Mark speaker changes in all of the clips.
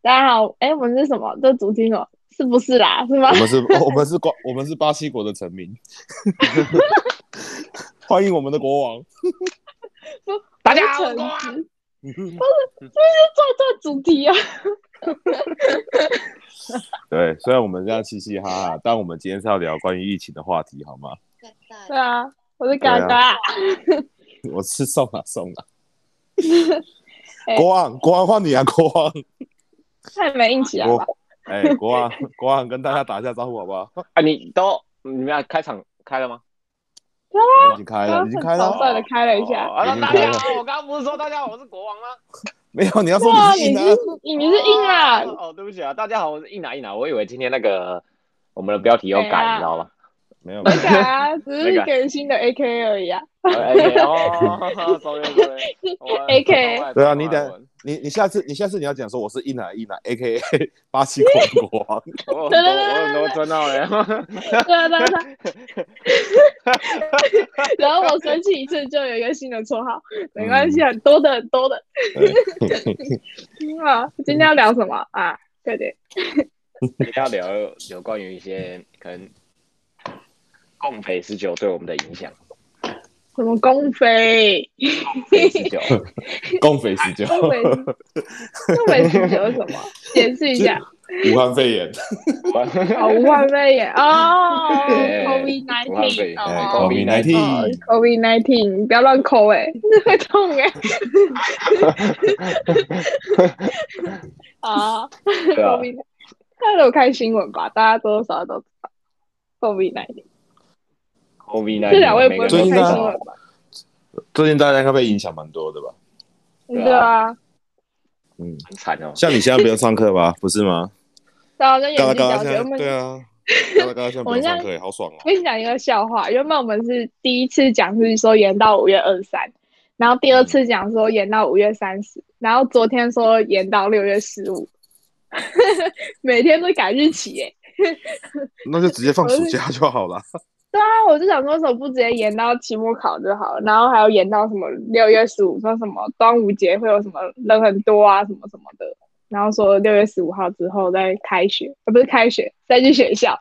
Speaker 1: 大家好，哎、我们是什么？这主题是什么？是不是啦？是吗
Speaker 2: 我？们是，哦我们是瓜，我们是巴西国的臣民， 欢迎我们的国王。
Speaker 3: 大家好，
Speaker 1: 不是
Speaker 3: 我
Speaker 1: 橙汁这这主题啊，
Speaker 2: 对，虽然我们这样嘻嘻哈哈，但我们今天是要聊关于疫情的话题，好吗？
Speaker 1: 对啊，我是嘎
Speaker 2: 对
Speaker 3: 啊
Speaker 1: 嘎，
Speaker 2: 我是送啊送啊
Speaker 1: 哎，
Speaker 2: 国王，国王换你啊，国王，
Speaker 1: 太没硬气了吧？
Speaker 2: 国，哎、国王，国王跟大家打一下招呼好 不好？
Speaker 3: 啊，你都你们要开场开了吗？
Speaker 2: 我们已经开了，
Speaker 1: 刚刚
Speaker 2: 已经
Speaker 1: 很
Speaker 2: 开了
Speaker 1: 草，率的开了一下
Speaker 3: 哦，啊
Speaker 2: 已经
Speaker 3: 那大
Speaker 2: 开
Speaker 3: 家
Speaker 2: 了
Speaker 3: 好，我刚刚不是说大家好，我是国王吗？
Speaker 2: 没有，你要说
Speaker 1: 哇，你
Speaker 2: 你是硬啊
Speaker 1: 是， 你你是硬啊，
Speaker 3: 哦，哦对不起啊，大家好，我是硬拿硬拿，我以为今天那个我们的标题要
Speaker 1: 对啊
Speaker 3: 改，你知道吗？
Speaker 2: 没有，没
Speaker 1: 没
Speaker 2: 有
Speaker 1: 改 啊，只
Speaker 3: 没
Speaker 1: 是
Speaker 3: 改
Speaker 1: 给了新的 A K 而已啊。
Speaker 3: 哎哎哦，sorry sorry，
Speaker 1: AK
Speaker 2: 对啊你等你你下次你下次你要讲说我是硬啊硬啊，A K A 巴西国的国 王，
Speaker 3: 我我很多真奥 嘞，
Speaker 1: 对啊，对啊，对啊然后我生气一次就有一个新的绰号，没关系，
Speaker 3: 嗯
Speaker 1: 很多的很多的。 啊，今天要聊什么啊？对对，
Speaker 3: 今天要聊有关于一些可能共肥十九对我们的影响，
Speaker 1: 什么公 费？
Speaker 3: 非十 九，
Speaker 2: 共匪十九，
Speaker 1: 东北，东北啤酒是什么？解释一 下。
Speaker 2: 武汉肺炎，
Speaker 3: 啊
Speaker 1: 哦，武汉肺炎哦
Speaker 3: 对
Speaker 1: ，COVID
Speaker 3: 武汉
Speaker 1: nineteen
Speaker 3: 肺炎
Speaker 2: 哎
Speaker 1: 哦
Speaker 2: ，COVID nineteen，
Speaker 1: ，COVID nineteen，不要乱抠哎，会痛 哎。啊
Speaker 3: 对啊，
Speaker 1: ，COVID，大家都有看新闻吧？大家多多少少都知道 COVID nineteen，
Speaker 3: ，COVID 那
Speaker 2: 啊
Speaker 1: 这两位不会
Speaker 2: 最
Speaker 1: 多
Speaker 2: 近
Speaker 1: 看
Speaker 2: 呢
Speaker 1: 新闻吧？
Speaker 2: 最近大家应该被影响蛮多的吧？
Speaker 3: 对啊
Speaker 1: 对啊，
Speaker 2: 嗯，
Speaker 3: 很惨哦，
Speaker 2: 像你现在不用上 课吧？不是吗？
Speaker 1: 然后就啊眼
Speaker 2: 嘎啦
Speaker 1: 睛
Speaker 2: 嘎啦
Speaker 1: 角
Speaker 2: 现
Speaker 1: 觉得
Speaker 2: 在
Speaker 1: 我们
Speaker 2: 对啊，嘎啦嘎啦现在不用上
Speaker 1: 我
Speaker 2: 课，好爽哦
Speaker 1: 我。跟你讲一个笑话，原本我们是第一次讲是说延到五月二三，然后
Speaker 2: 嗯
Speaker 1: 第二次讲说延到五月三十，然后昨天说延到六月十五， 每天都改日期耶。
Speaker 2: 那就直接放暑假就好了。
Speaker 1: 对啊，我就想说，为什么不直接延到期末考就好了？然后还有延到什么六月十五，说什么端午节会有什么人很多啊，什么什么的。然后说六月十五号之后再开学，呃，不是开学，再去学校。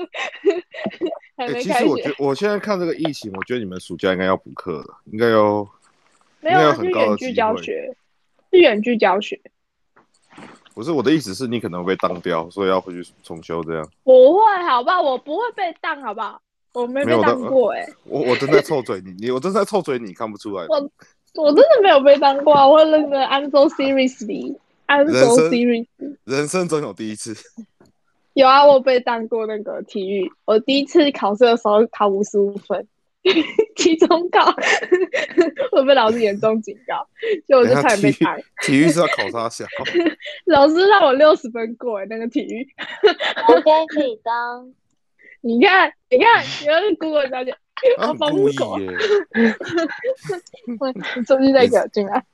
Speaker 1: 还
Speaker 2: 哎，
Speaker 1: 没
Speaker 2: 其
Speaker 1: 开
Speaker 2: 实我
Speaker 1: 学
Speaker 2: 觉，我现在看这个疫情，我觉得你们暑假应该要补课了，应该要
Speaker 1: 没有
Speaker 2: 应该有
Speaker 1: 啊，
Speaker 2: 很
Speaker 1: 是
Speaker 2: 高的
Speaker 1: 远
Speaker 2: 机
Speaker 1: 距教
Speaker 2: 会
Speaker 1: 学，是远距教学。
Speaker 2: 不是我的意思是你可能会被当标，所以要回去重修这样。
Speaker 1: 不会，好不好？我不会被当，好不好？我没被
Speaker 2: 没有
Speaker 1: 当
Speaker 2: 的
Speaker 1: 过、欸，
Speaker 2: 我我正在臭嘴你，你我正在臭嘴你，看不出来吗。
Speaker 1: 我真的没有被当过、啊，我很认真。I'm so seriously，I'm
Speaker 2: 人
Speaker 1: so
Speaker 2: 生
Speaker 1: serious。
Speaker 2: 人生总有第一次，
Speaker 1: 有啊，我被当过那个体育，我第一次考试的时候考五十五分，期中考我被老师严重警告，所以我就
Speaker 2: 等一下
Speaker 1: 差点被
Speaker 2: 体育
Speaker 1: 当。
Speaker 2: 体育是要考 他小。
Speaker 1: 老师让我六十分过、欸，那个体育。
Speaker 4: 我也可以当，
Speaker 1: 你看，你看，你要是 Google 小姐，
Speaker 2: 他很故意 耶！
Speaker 1: 你手机再给我进来。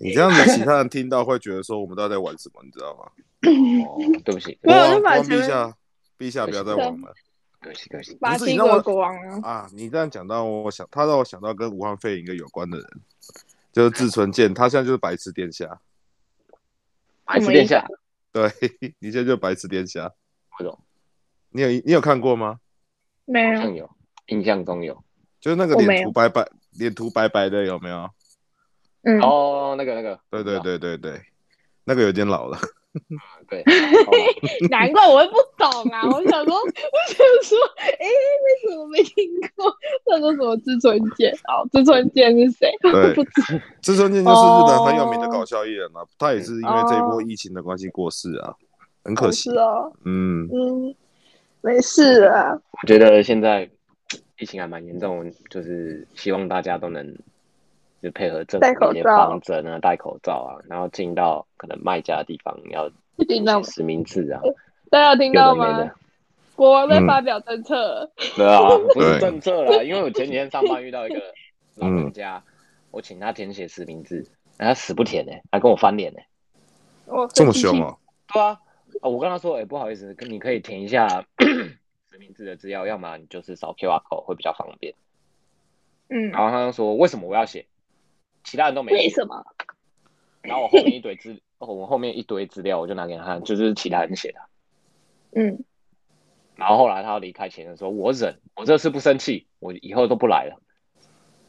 Speaker 2: 你这样子，其他人听到会觉得说我们到底在玩什么，你知道吗？
Speaker 3: 哦对不起，
Speaker 1: 没有
Speaker 2: 国王
Speaker 1: 就把
Speaker 2: 国王
Speaker 1: 前面
Speaker 2: 陛下，陛下不要再玩了
Speaker 3: 对不起，对不起，
Speaker 1: 巴
Speaker 2: 不是
Speaker 1: 西
Speaker 2: 你让我
Speaker 1: 国国王啊，
Speaker 2: 啊！你这样讲到我想，他让我想到跟武汉肺炎一个有关的人，就是志存健，他现在就是白痴殿下。
Speaker 3: 还是殿下，
Speaker 2: 对，你现在就是白痴殿下。
Speaker 3: 我懂，
Speaker 2: 你有你有看过吗？
Speaker 1: 没
Speaker 3: 好
Speaker 1: 有。
Speaker 3: 像有，印象中有，
Speaker 2: 就是那个
Speaker 1: 我没
Speaker 2: 脸
Speaker 1: 有
Speaker 2: 涂白白，脸涂白白的有没有？
Speaker 1: 嗯，
Speaker 3: 哦，那个那个，
Speaker 2: 对对对对对，那个有点 老了。
Speaker 3: 啊对，哦
Speaker 1: 难怪我会不懂啊！我想说，我想说，哎、为什么没听过？他说什么志村健？哦，志村健是谁？
Speaker 2: 对
Speaker 1: 不知道哦
Speaker 2: 志村健就是日本很有名的搞笑艺人啊，他也是因为这一波疫情的关系过世啊，很可惜
Speaker 1: 是。哦，
Speaker 2: 嗯，
Speaker 1: 嗯，没事啦。
Speaker 3: 我觉得现在疫情还蛮严重，就是希望大家都能就配合政
Speaker 1: 戴
Speaker 3: 府
Speaker 1: 口
Speaker 3: 一些
Speaker 1: 罩
Speaker 3: 方针啊，戴口罩啊，然后进到可能卖家的地方要
Speaker 1: 听到吗？
Speaker 3: 实名制啊，
Speaker 1: 大家有听
Speaker 3: 有
Speaker 1: 到
Speaker 3: 的没
Speaker 1: 吗
Speaker 3: 的？，
Speaker 1: 国王
Speaker 2: 嗯
Speaker 1: 在发表政策，
Speaker 3: 对啊，不
Speaker 2: 对
Speaker 3: 是政策啦，因为我前几天上班遇到一个老
Speaker 2: 嗯
Speaker 3: 人家，我请他填写实名制，他死不填呢、还跟我翻脸呢、欸
Speaker 1: 我
Speaker 2: 这么凶哦、
Speaker 3: 对啊，啊，我跟他说，哎、不好意思，跟你可以填一下 实名制的资料，要么你就是扫 QR code 会比较方便。
Speaker 1: 嗯，
Speaker 3: 然后他就说，为什么我要写？其他人都没
Speaker 1: 为
Speaker 3: 写。
Speaker 1: 什么？
Speaker 3: 然后我后面一堆资哦，我后面一堆资料我就拿给他看，就是其他人写的。
Speaker 1: 嗯，
Speaker 3: 然后后来他要离开前的时候，我忍，我这次不生气，我以后都不来了。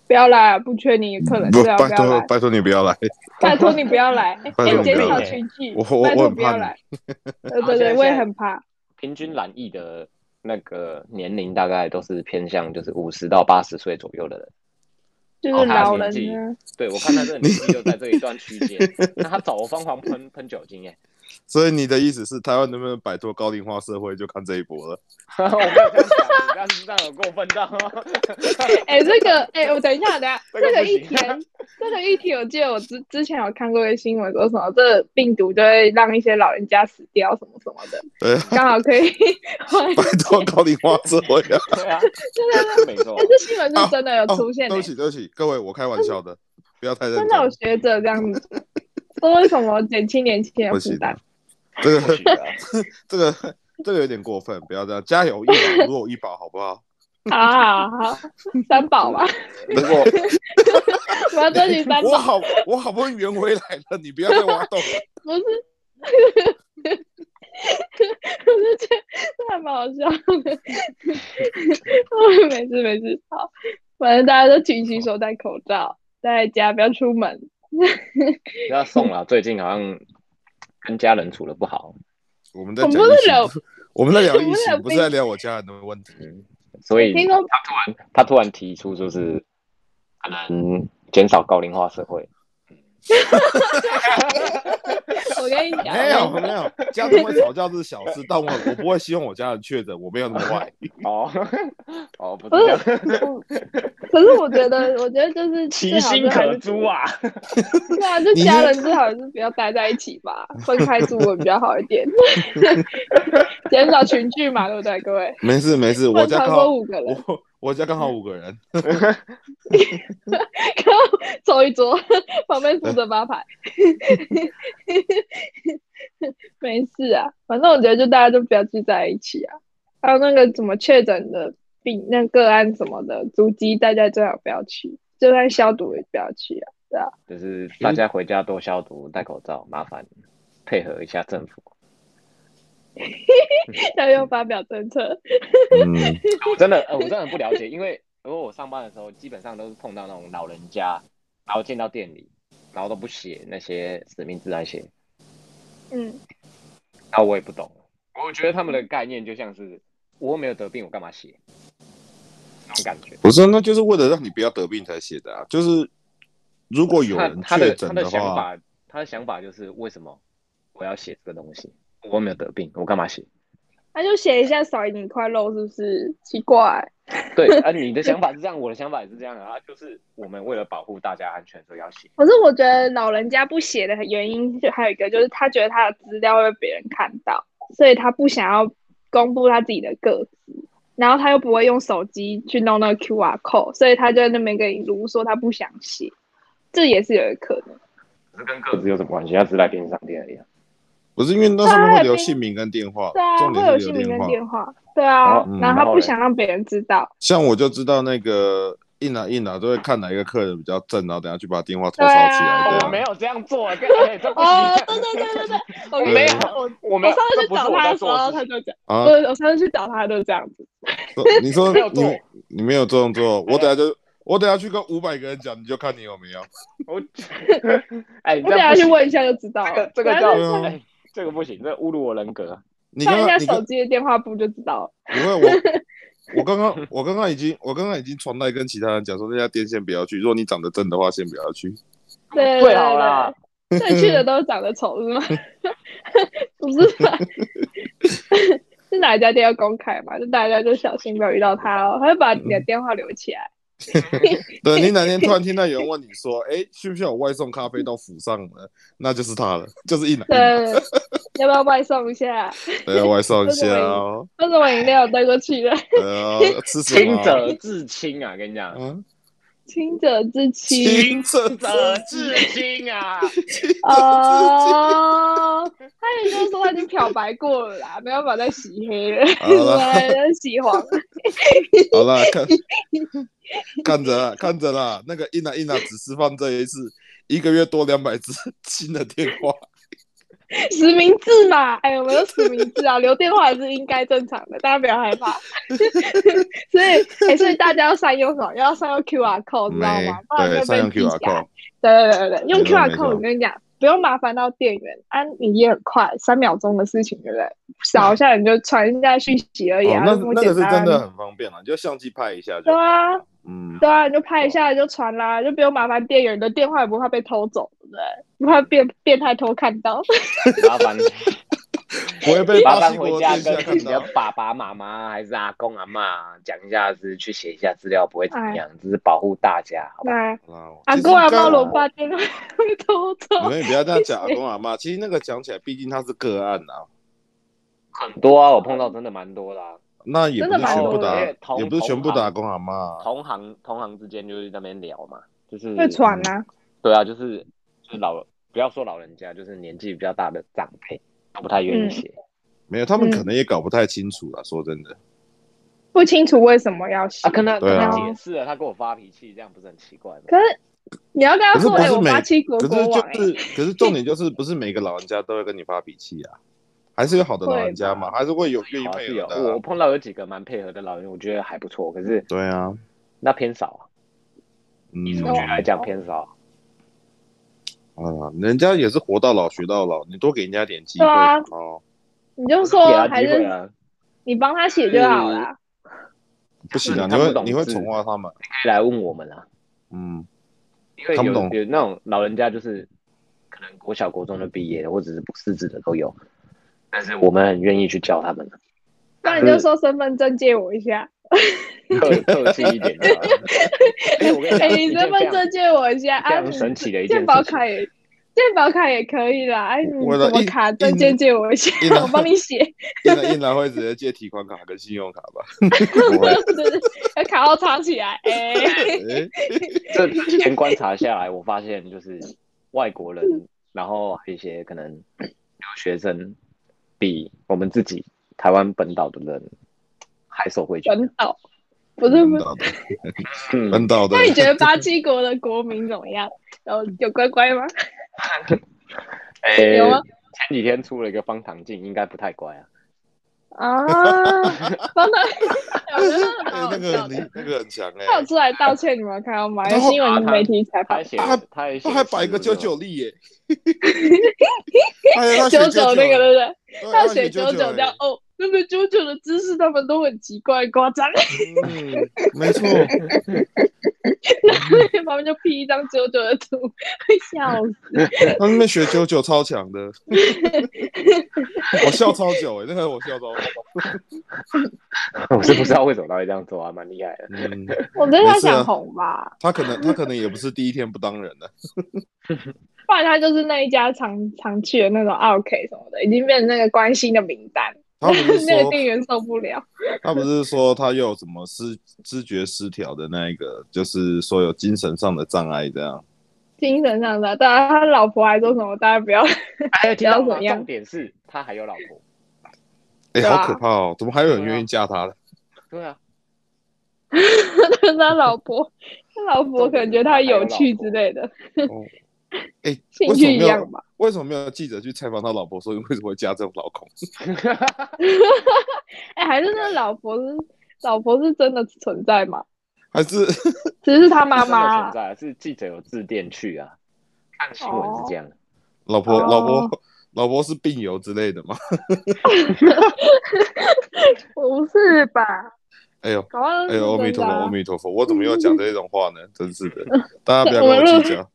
Speaker 1: 不要来啊，不缺你客人，
Speaker 2: 不，
Speaker 1: 对啊，
Speaker 2: 拜
Speaker 1: 不要
Speaker 2: 托
Speaker 1: 来，
Speaker 2: 拜托你不要来，
Speaker 1: 拜托你不要来，
Speaker 2: 拜
Speaker 1: 哎
Speaker 2: 托
Speaker 3: 你
Speaker 1: 减
Speaker 3: 不要
Speaker 1: 少
Speaker 3: 来
Speaker 1: 群聚
Speaker 2: 我我，
Speaker 1: 拜
Speaker 2: 我
Speaker 1: 托
Speaker 2: 很
Speaker 1: 不要
Speaker 2: 怕
Speaker 1: 来，对对
Speaker 3: 而且
Speaker 1: 对，
Speaker 3: 现
Speaker 1: 我也
Speaker 3: 在
Speaker 1: 很怕，
Speaker 3: 平均染疫的那个年龄大概都是偏向就是五十到八十岁左右的人。
Speaker 1: 就是
Speaker 3: 他的
Speaker 1: 老
Speaker 3: 年纪
Speaker 1: 人啊呢，
Speaker 3: 对我看他这个年纪就在这一段区间，那他早疯狂喷喷酒精哎耶，
Speaker 2: 所以你的意思是，台湾能不能摆脱高龄化社会，就看这一波了。
Speaker 3: 我没有这样讲，你这样这样有过分到吗？
Speaker 1: 哎，这个哎，我等一下，等一下，
Speaker 3: 这个
Speaker 1: 这
Speaker 3: 不
Speaker 1: 个议
Speaker 3: 行
Speaker 1: 题，这个议题，我记得我之之前有看过一个新闻，说什么这个病毒就会让一些老人家死掉什么什么的，
Speaker 2: 对啊，
Speaker 1: 刚好可以换
Speaker 2: 摆脱高龄化社会 啊！
Speaker 3: 对啊， 这没错
Speaker 1: 哎、，这新闻是真的有出现、
Speaker 2: 对
Speaker 1: 欸
Speaker 2: 不起，对不起，各位，我开玩笑 的，不要太认
Speaker 1: 真
Speaker 2: 哦真。
Speaker 1: 的有学者这样子说，为什么减轻年轻人
Speaker 2: 不
Speaker 1: 的
Speaker 2: 行
Speaker 1: 负担？
Speaker 2: 这
Speaker 3: 不
Speaker 2: 个
Speaker 3: 许啊
Speaker 2: 这个这个有点过分，不要这样。加油，医保如有医保，好不好？
Speaker 1: 好好啊好好，三宝吧，
Speaker 3: 如果
Speaker 1: 我要争取三
Speaker 2: 我
Speaker 1: 宝，
Speaker 2: 好，我好不容易圆回来了，你不要再 挖洞了。
Speaker 1: 不是。我就觉得这还蛮好笑的，没事没事，好，反正大家都勤洗手、戴口罩，待在家不要出门。
Speaker 3: 要送了，最近好像跟家人处的不好，
Speaker 2: 我们在
Speaker 1: 我
Speaker 2: 讲
Speaker 1: 们
Speaker 2: 疫
Speaker 1: 不是
Speaker 2: 情
Speaker 1: 聊，
Speaker 2: 我们在聊
Speaker 1: 我们
Speaker 2: 疫
Speaker 1: 聊
Speaker 2: 情，不是在聊我家人的问题。
Speaker 3: 嗯，所以
Speaker 1: 哎听说
Speaker 3: 他突然提出就是可能减少高龄化社会，
Speaker 1: 我跟你讲，
Speaker 2: 没有没有，家人会吵架是小事，但我我不会希望我家人确诊，我没有那么 坏。
Speaker 3: 哦哦，不
Speaker 1: 不
Speaker 3: 是这样，
Speaker 1: 是，我可是我觉得，我觉得就是
Speaker 3: 其心可诛
Speaker 1: 啊！
Speaker 3: 啊，
Speaker 1: 对啊，就家人最好是不要待在一起 吧，分开住会比较好一点， 减少群聚嘛，对不对，各位？
Speaker 2: 没事没事，
Speaker 1: 不
Speaker 2: 我
Speaker 1: 能
Speaker 2: 家
Speaker 1: 超
Speaker 2: 刚
Speaker 1: 过
Speaker 2: 好
Speaker 1: 五个人，
Speaker 2: 我我家刚好五个人，
Speaker 1: 然后 凑一桌，旁边负责八排。 没事啊，反正我觉得就大家就不要聚在一起啊。还有那个什么确诊的病、那个案什么的足迹，大家最好不要去，就算消毒也不要去啊。
Speaker 3: 就是大家回家多消毒、戴口罩，麻烦配合一下政府。
Speaker 1: 要用发表政策，
Speaker 2: 嗯，
Speaker 3: 我 真的，呃我真的很不了解，因为因为我上班的时候基本上都是碰到那种老人家，然后进到店里，然后都不写那些实名制那些，
Speaker 1: 嗯。
Speaker 3: 然后我也不懂。我觉得他们的概念就像是我又没有得病，我干嘛写？那种感觉。
Speaker 2: 不是，那就是为了让你不要得病才写的啊。就是如果有
Speaker 3: 他
Speaker 2: 人
Speaker 3: 他
Speaker 2: 确
Speaker 3: 的他
Speaker 2: 诊
Speaker 3: 的想
Speaker 2: 话，
Speaker 3: 法，他的想法就是为什么我要写这个东西？我又没有得病，我干嘛写？
Speaker 1: 那就写一下少一点块肉，是不是？奇怪，
Speaker 3: 对，啊，你的想法是这样，我的想法也是这样啊，就是我们为了保护大家安全，所以要写。
Speaker 1: 可是我觉得老人家不写的原因，就还有一个就是他觉得他的资料会被别人看到，所以他不想要公布他自己的个资，然后他又不会用手机去弄那个 QR code，所以他就在那边跟你如说他不想写，这也是有一可能。
Speaker 3: 可是跟个子有什么关系？他只是来便利商店而已、啊。
Speaker 2: 不是因为那上面
Speaker 1: 对啊
Speaker 2: 会留
Speaker 1: 并
Speaker 2: 姓名跟电话
Speaker 1: 对啊，，
Speaker 2: 重
Speaker 1: 会
Speaker 2: 点
Speaker 1: 有
Speaker 2: 是
Speaker 1: 姓
Speaker 2: 留
Speaker 1: 名
Speaker 2: 电
Speaker 1: 跟电
Speaker 2: 话。
Speaker 1: 话，对啊，
Speaker 3: 哦
Speaker 1: 然后
Speaker 3: 然
Speaker 1: 他
Speaker 3: 后
Speaker 1: 不
Speaker 3: 嘞
Speaker 1: 想让别人知道，
Speaker 2: 像我就知道那个一拿一拿都会看哪一个客人比较正，然后等下去把电话偷烧起来。
Speaker 1: 对啊
Speaker 3: 我没有这样做，跟哎，这不行。
Speaker 1: 哦，对对对对对，我跟
Speaker 2: 没
Speaker 1: 你
Speaker 2: 有
Speaker 1: 讲，我
Speaker 3: 我没
Speaker 1: 我
Speaker 3: 有，
Speaker 1: 上次
Speaker 3: 这
Speaker 1: 去
Speaker 3: 不是
Speaker 1: 找
Speaker 3: 我
Speaker 1: 他的
Speaker 3: 在
Speaker 1: 时
Speaker 3: 做
Speaker 1: 候，
Speaker 3: 事
Speaker 1: 他就这样，
Speaker 2: 啊
Speaker 1: 我，我上次去找他就是这样子。
Speaker 2: 说你说
Speaker 3: 没有
Speaker 2: 你
Speaker 3: 做
Speaker 2: 你没有这种做，我等下就我等下去跟五百个人讲，你就看你有没有。
Speaker 3: 我哎，你
Speaker 1: 我
Speaker 3: 这
Speaker 1: 等
Speaker 3: 样
Speaker 1: 下
Speaker 3: 不
Speaker 1: 去
Speaker 3: 行，
Speaker 1: 问一下就知道
Speaker 3: 这个
Speaker 1: 了。
Speaker 3: 这个
Speaker 1: 等下
Speaker 3: 叫
Speaker 1: 就
Speaker 2: 对啊
Speaker 3: 哎这个不行，这侮辱我人格。
Speaker 2: 你刚
Speaker 1: 翻一
Speaker 2: 刚
Speaker 1: 下
Speaker 2: 你
Speaker 1: 手
Speaker 2: 刚
Speaker 1: 机的电话簿就知道了。
Speaker 2: 不会我。我刚刚，我刚刚已经，我刚刚已经传来跟其他人讲说，那家店先不要去。如果你长得正的话，先不要去。
Speaker 1: 对
Speaker 3: 最哎好啦，
Speaker 1: 对对，所以去的都是长得丑是吗？ 不是吧？是哪一家店要公开嘛？就大家就小心不要遇到他哦，他会把你的电话留起来。
Speaker 2: 对你哪天突然听到有人问你说，哎，需不需要我外送咖啡到府上 呢？那就是他了，就是一男
Speaker 1: 对，要不要外送一下？
Speaker 2: 对，外送一下哦，
Speaker 1: 那什么饮料带过去了？
Speaker 2: 对啊，吃什
Speaker 3: 清
Speaker 2: 么？
Speaker 3: 者自清啊，跟你讲，
Speaker 2: 嗯，
Speaker 1: 清者自清
Speaker 2: 清者自
Speaker 3: 者自 清啊，
Speaker 1: 哦，他也就是说他已经漂白过了啦，没办法再洗黑了，
Speaker 2: 好了
Speaker 1: 对，洗黄了
Speaker 2: 好啦，看 看着啦，看着啦，那个一拿一拿只释放这一次，一个月多两百只新的电话，
Speaker 1: 实名制嘛，哎，我们都实名制啊，留电话也是应该正常的，大家不要害怕。 所以，哎，所以大家要善用什么？要善用 QR code，知道
Speaker 2: 没
Speaker 1: 吗？啊不然
Speaker 2: 对，
Speaker 1: 就
Speaker 2: 善
Speaker 1: 被
Speaker 2: 用
Speaker 1: 记起
Speaker 2: QR
Speaker 1: 来
Speaker 2: code，
Speaker 1: 对对对对，对，用
Speaker 2: 没错
Speaker 1: QR
Speaker 2: 没错
Speaker 1: code，我跟你讲，不用麻烦到店员，安你也很快，三秒钟的事情，对不对？扫一下你就传一下讯息而已
Speaker 2: 哦
Speaker 1: 啊，，
Speaker 2: 那
Speaker 1: 这么
Speaker 2: 那个是
Speaker 1: 简单
Speaker 2: 真的。很方便了，你就相机拍一下就
Speaker 1: 对
Speaker 2: 好，
Speaker 1: 啊，
Speaker 2: 嗯，
Speaker 1: 对啊，你就拍一下就传啦，就不用麻烦店员，你的电话也不怕被偷走，对不对？不怕变变态偷看到。
Speaker 3: 麻 烦
Speaker 2: 不会被
Speaker 3: 麻
Speaker 2: 巴
Speaker 3: 烦
Speaker 2: 西
Speaker 3: 回
Speaker 2: 国
Speaker 3: 家
Speaker 2: 殿下
Speaker 3: 跟自
Speaker 2: 看
Speaker 3: 己的
Speaker 2: 到。
Speaker 3: 爸爸妈妈还是阿公阿妈讲一下，是去写一下资料，不会怎么
Speaker 1: 哎
Speaker 3: 样，只是保护大家，好吧？
Speaker 1: 啊来，
Speaker 2: 哇
Speaker 1: 阿
Speaker 2: 其实啊
Speaker 1: 公阿
Speaker 2: 刚
Speaker 1: 妈龙爸电话被偷走。
Speaker 2: 你们也不要这样讲阿公阿妈，其实那个讲起来，毕竟他是个案啊，
Speaker 1: 嗯
Speaker 3: 很多啊，我碰到真的蛮多的啊、
Speaker 2: 那也
Speaker 1: 真
Speaker 2: 不是
Speaker 1: 的蛮
Speaker 2: 全部
Speaker 1: 多
Speaker 2: 打
Speaker 1: 的，
Speaker 3: 同
Speaker 2: 也不是全部
Speaker 3: 同行
Speaker 2: 打工阿啊妈。
Speaker 3: 同行同行之间就是在那边聊嘛，就是
Speaker 1: 会传
Speaker 2: 嗯
Speaker 1: 啊，
Speaker 3: 对啊，就是就是老不要说老人家，就是年纪比较大的长辈，他不太愿意写。
Speaker 2: 没有，他们
Speaker 1: 嗯
Speaker 2: 可能也搞不太清楚啦。说真的，
Speaker 1: 不清楚为什么要写
Speaker 3: 啊，。跟他
Speaker 2: 对
Speaker 3: 跟
Speaker 2: 啊
Speaker 3: 他解释了，他跟我发脾气，这样不是很奇怪吗？
Speaker 1: 可是你要跟他说，
Speaker 2: 可是
Speaker 1: 哎，
Speaker 2: 不是
Speaker 1: 我
Speaker 2: 每
Speaker 1: 八七国
Speaker 2: 可是
Speaker 1: 国王，哎
Speaker 2: 就是，可是重点就是，不是每个老人家都会跟你发脾气啊，还是有好的老人家嘛，还是会有愿意
Speaker 3: 好像哎是
Speaker 2: 配
Speaker 3: 有
Speaker 2: 合
Speaker 3: 我
Speaker 2: 的啊。
Speaker 3: 碰到有几个蛮配合的老人，我觉得还不错，可是
Speaker 2: 对啊，
Speaker 3: 那偏少啊，
Speaker 2: 嗯
Speaker 3: 以，数据来讲偏少啊。
Speaker 2: 啊，人家也是活到老学到老，你多给人家点机会
Speaker 1: 哦对啊
Speaker 2: 哦。
Speaker 1: 你就说
Speaker 3: 给他
Speaker 1: 还
Speaker 3: 机会
Speaker 1: 是
Speaker 3: 啊，
Speaker 1: 你帮他写就好啦。
Speaker 2: 不行啊，
Speaker 3: 嗯
Speaker 2: 你
Speaker 3: 他不懂
Speaker 2: 会你会
Speaker 3: 事
Speaker 2: 宠坏他们。
Speaker 3: 可以来问我们啊，
Speaker 2: 嗯，
Speaker 3: 因为
Speaker 2: 他不
Speaker 3: 有
Speaker 2: 懂
Speaker 3: 有那种老人家就是可能国小国中的毕业的，或者是不识字的都有，但是我们很愿意去教他 们的，啊
Speaker 1: 那你就说身份证借我一下，
Speaker 3: 客客气一点的。 哎，我跟你
Speaker 1: 哎，
Speaker 3: 讲，
Speaker 1: 你
Speaker 3: 一件
Speaker 1: 身
Speaker 3: 非
Speaker 1: 份
Speaker 3: 常
Speaker 1: 证借我一下啊！
Speaker 3: 非常
Speaker 1: 你
Speaker 3: 神奇的一件
Speaker 1: 健保
Speaker 3: 事情
Speaker 1: 卡。也，健保卡也可以啦。哎，你
Speaker 2: 我
Speaker 1: 什
Speaker 2: 的
Speaker 1: 么
Speaker 2: 一
Speaker 1: 卡
Speaker 2: 一
Speaker 1: 证件借我一下
Speaker 2: 一，拿
Speaker 1: 我帮你写。
Speaker 2: 应然应然会直接借提款卡跟信用卡吧。
Speaker 3: 不会，
Speaker 1: 就是要卡号插起来， 哎、
Speaker 2: 哎，
Speaker 3: 这之前观察下来，我发现就是外国人，然后还有一些可能留学生，比我们自己台湾本岛的人还守规矩。
Speaker 1: 本岛不是
Speaker 2: 分
Speaker 1: 不是。
Speaker 2: 到的，
Speaker 3: 嗯，
Speaker 2: 分到的
Speaker 1: 那。你觉得巴西国的国民怎么样？有有乖乖吗？
Speaker 3: 诶
Speaker 1: 有啊
Speaker 3: 哎前几天出了一个方糖镜，应该不太乖啊。
Speaker 1: 啊，帮他，我觉得蛮
Speaker 2: 哎
Speaker 1: 好
Speaker 2: 那
Speaker 1: 笑
Speaker 2: 个你
Speaker 1: 的。
Speaker 2: 那个很强哎
Speaker 1: 他有，出来道歉，你们有看到吗？
Speaker 2: 然后
Speaker 1: 新闻媒体采
Speaker 3: 他
Speaker 1: 访
Speaker 3: 还，写
Speaker 2: 他还，
Speaker 3: 他还写
Speaker 2: 他还摆一个
Speaker 3: 诗
Speaker 2: 九
Speaker 3: 歌
Speaker 2: 九粒 耶。哎呀，他
Speaker 1: 九
Speaker 2: 写
Speaker 1: 九那个对不对？他
Speaker 2: 对他
Speaker 1: 有写九九
Speaker 2: 哎
Speaker 1: 这样哦，那个九九的姿势他们都很奇怪，夸张。
Speaker 2: 嗯，没错，
Speaker 1: 旁边就 P 一张九九的图，会笑死。
Speaker 2: 他那边学九九超强 的，我笑超久哎、那个我笑超久，
Speaker 3: 我是不知道为什么他会这样做啊，蛮厉害的。
Speaker 2: 嗯，
Speaker 1: 我觉得他
Speaker 2: 没事啊
Speaker 1: 想红吧。
Speaker 2: 他可能他可能也不是第一天不当人啊了，
Speaker 1: 不然他就是那一家常常去的那种 OK 什么的，已经变成那个关心的名单。
Speaker 2: 他不 是
Speaker 1: 那个
Speaker 2: 说
Speaker 1: 店员受不了，
Speaker 2: 他不是说他又有什么失知觉失调的那一个，就是说有精神上的障碍这样，
Speaker 1: 精神上的，当然他老婆还说什么，大家不要。
Speaker 3: 哎，听到
Speaker 1: 怎
Speaker 3: 吗
Speaker 1: 么？样
Speaker 3: 重点是他还有老婆。
Speaker 2: 哎、
Speaker 1: 对啊
Speaker 2: 好可怕哦，怎么还有人愿意嫁他呢？
Speaker 3: 对啊，
Speaker 1: 他老婆，他老婆可能觉得他有趣之类的，
Speaker 2: 哎、
Speaker 1: 兴
Speaker 2: 为什
Speaker 1: 趣
Speaker 2: 么
Speaker 1: 一
Speaker 2: 没
Speaker 1: 样
Speaker 2: 有
Speaker 1: 吧。
Speaker 2: 为什么没有记者去采访他老婆说你为什么会嫁这种老公？
Speaker 1: 哎、还是那老婆是老婆是真的存在吗？
Speaker 2: 还是
Speaker 1: 只是他妈
Speaker 3: 真的
Speaker 1: 妈
Speaker 3: 存，在啊 是记者有致电去啊，看新闻是这样。
Speaker 2: 老婆、
Speaker 1: 哦
Speaker 2: 老婆老婆是病友之类的吗？
Speaker 1: 不是吧？
Speaker 2: 哎呦。
Speaker 1: 搞忘
Speaker 2: 哎呦，阿弥
Speaker 1: 是
Speaker 2: 陀
Speaker 1: 真
Speaker 2: 佛，
Speaker 1: 的、
Speaker 2: 阿
Speaker 1: 啊。
Speaker 2: 弥陀佛，我怎么又讲这种话 呢？真是的，大家不要跟我计较。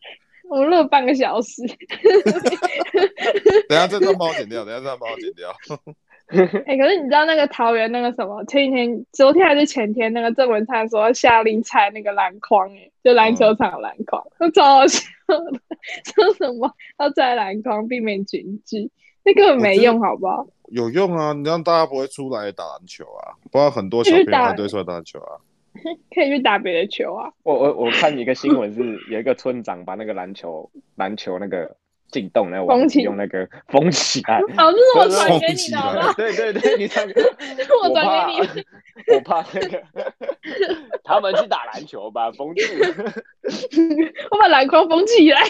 Speaker 1: 我们录了半个小时，
Speaker 2: 等一下这段帮我剪掉，等一下这段帮我剪掉。
Speaker 1: 哎、可是你知道那个桃园那个什么，前几天、昨天还是前天，那个郑文灿说下令拆那个篮筐、欸，就篮球场篮筐， 那、超好笑的，说什么要拆篮筐避免群聚，那根本没用，好不好？
Speaker 2: 有用啊，你让大家不会出来打篮球啊，不然很多小朋友还对出来打篮球 啊。
Speaker 1: 可以去打别的球啊，
Speaker 3: 我我 我看一个新闻是有一个村长把那个篮球篮球那个进洞那个网
Speaker 1: 封
Speaker 3: 子
Speaker 1: 起
Speaker 3: 用那个封起 来。
Speaker 1: 哦，这是我
Speaker 3: 真的
Speaker 1: 传给
Speaker 2: 疯
Speaker 1: 你
Speaker 2: 起
Speaker 1: 的，好不
Speaker 2: 来
Speaker 1: 好？
Speaker 3: 对对对，你看，
Speaker 1: 我
Speaker 3: 我怕
Speaker 1: 转给你们，
Speaker 3: 我怕 那个他们去打篮球吧，封住。
Speaker 1: 我把篮筐封起来，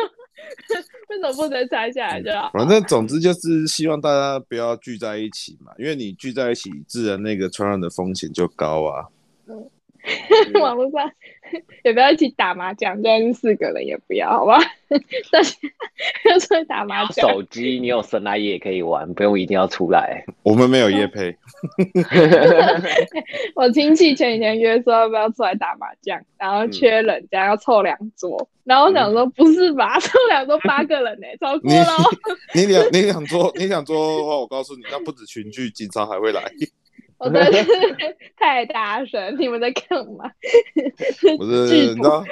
Speaker 1: 为什么不能拆下来就好？
Speaker 2: 反正总之就是希望大家不要聚在一起嘛，因为你聚在一起，自然那个传染的风险就高啊。
Speaker 1: 网啊络上也不要一起打麻将，就算是四个人也不要，好吧？ 但是就算打麻将，
Speaker 3: 手机你有神来也可以玩，不用一定要出来。
Speaker 2: 我们没有夜配，
Speaker 1: 我亲戚前几天约说要不要出来打麻将，然后缺人家要凑两桌，然后我想说不是吧， 凑两桌八个人呢、超过
Speaker 2: 你
Speaker 1: 了哦。
Speaker 2: 你两你两桌你两桌的话，我告诉你，那不止群聚，警察还会来。
Speaker 1: 我真的是 太大声，你们在干嘛？
Speaker 2: 不是，你
Speaker 1: 剧
Speaker 2: 知
Speaker 1: 毒
Speaker 2: 道，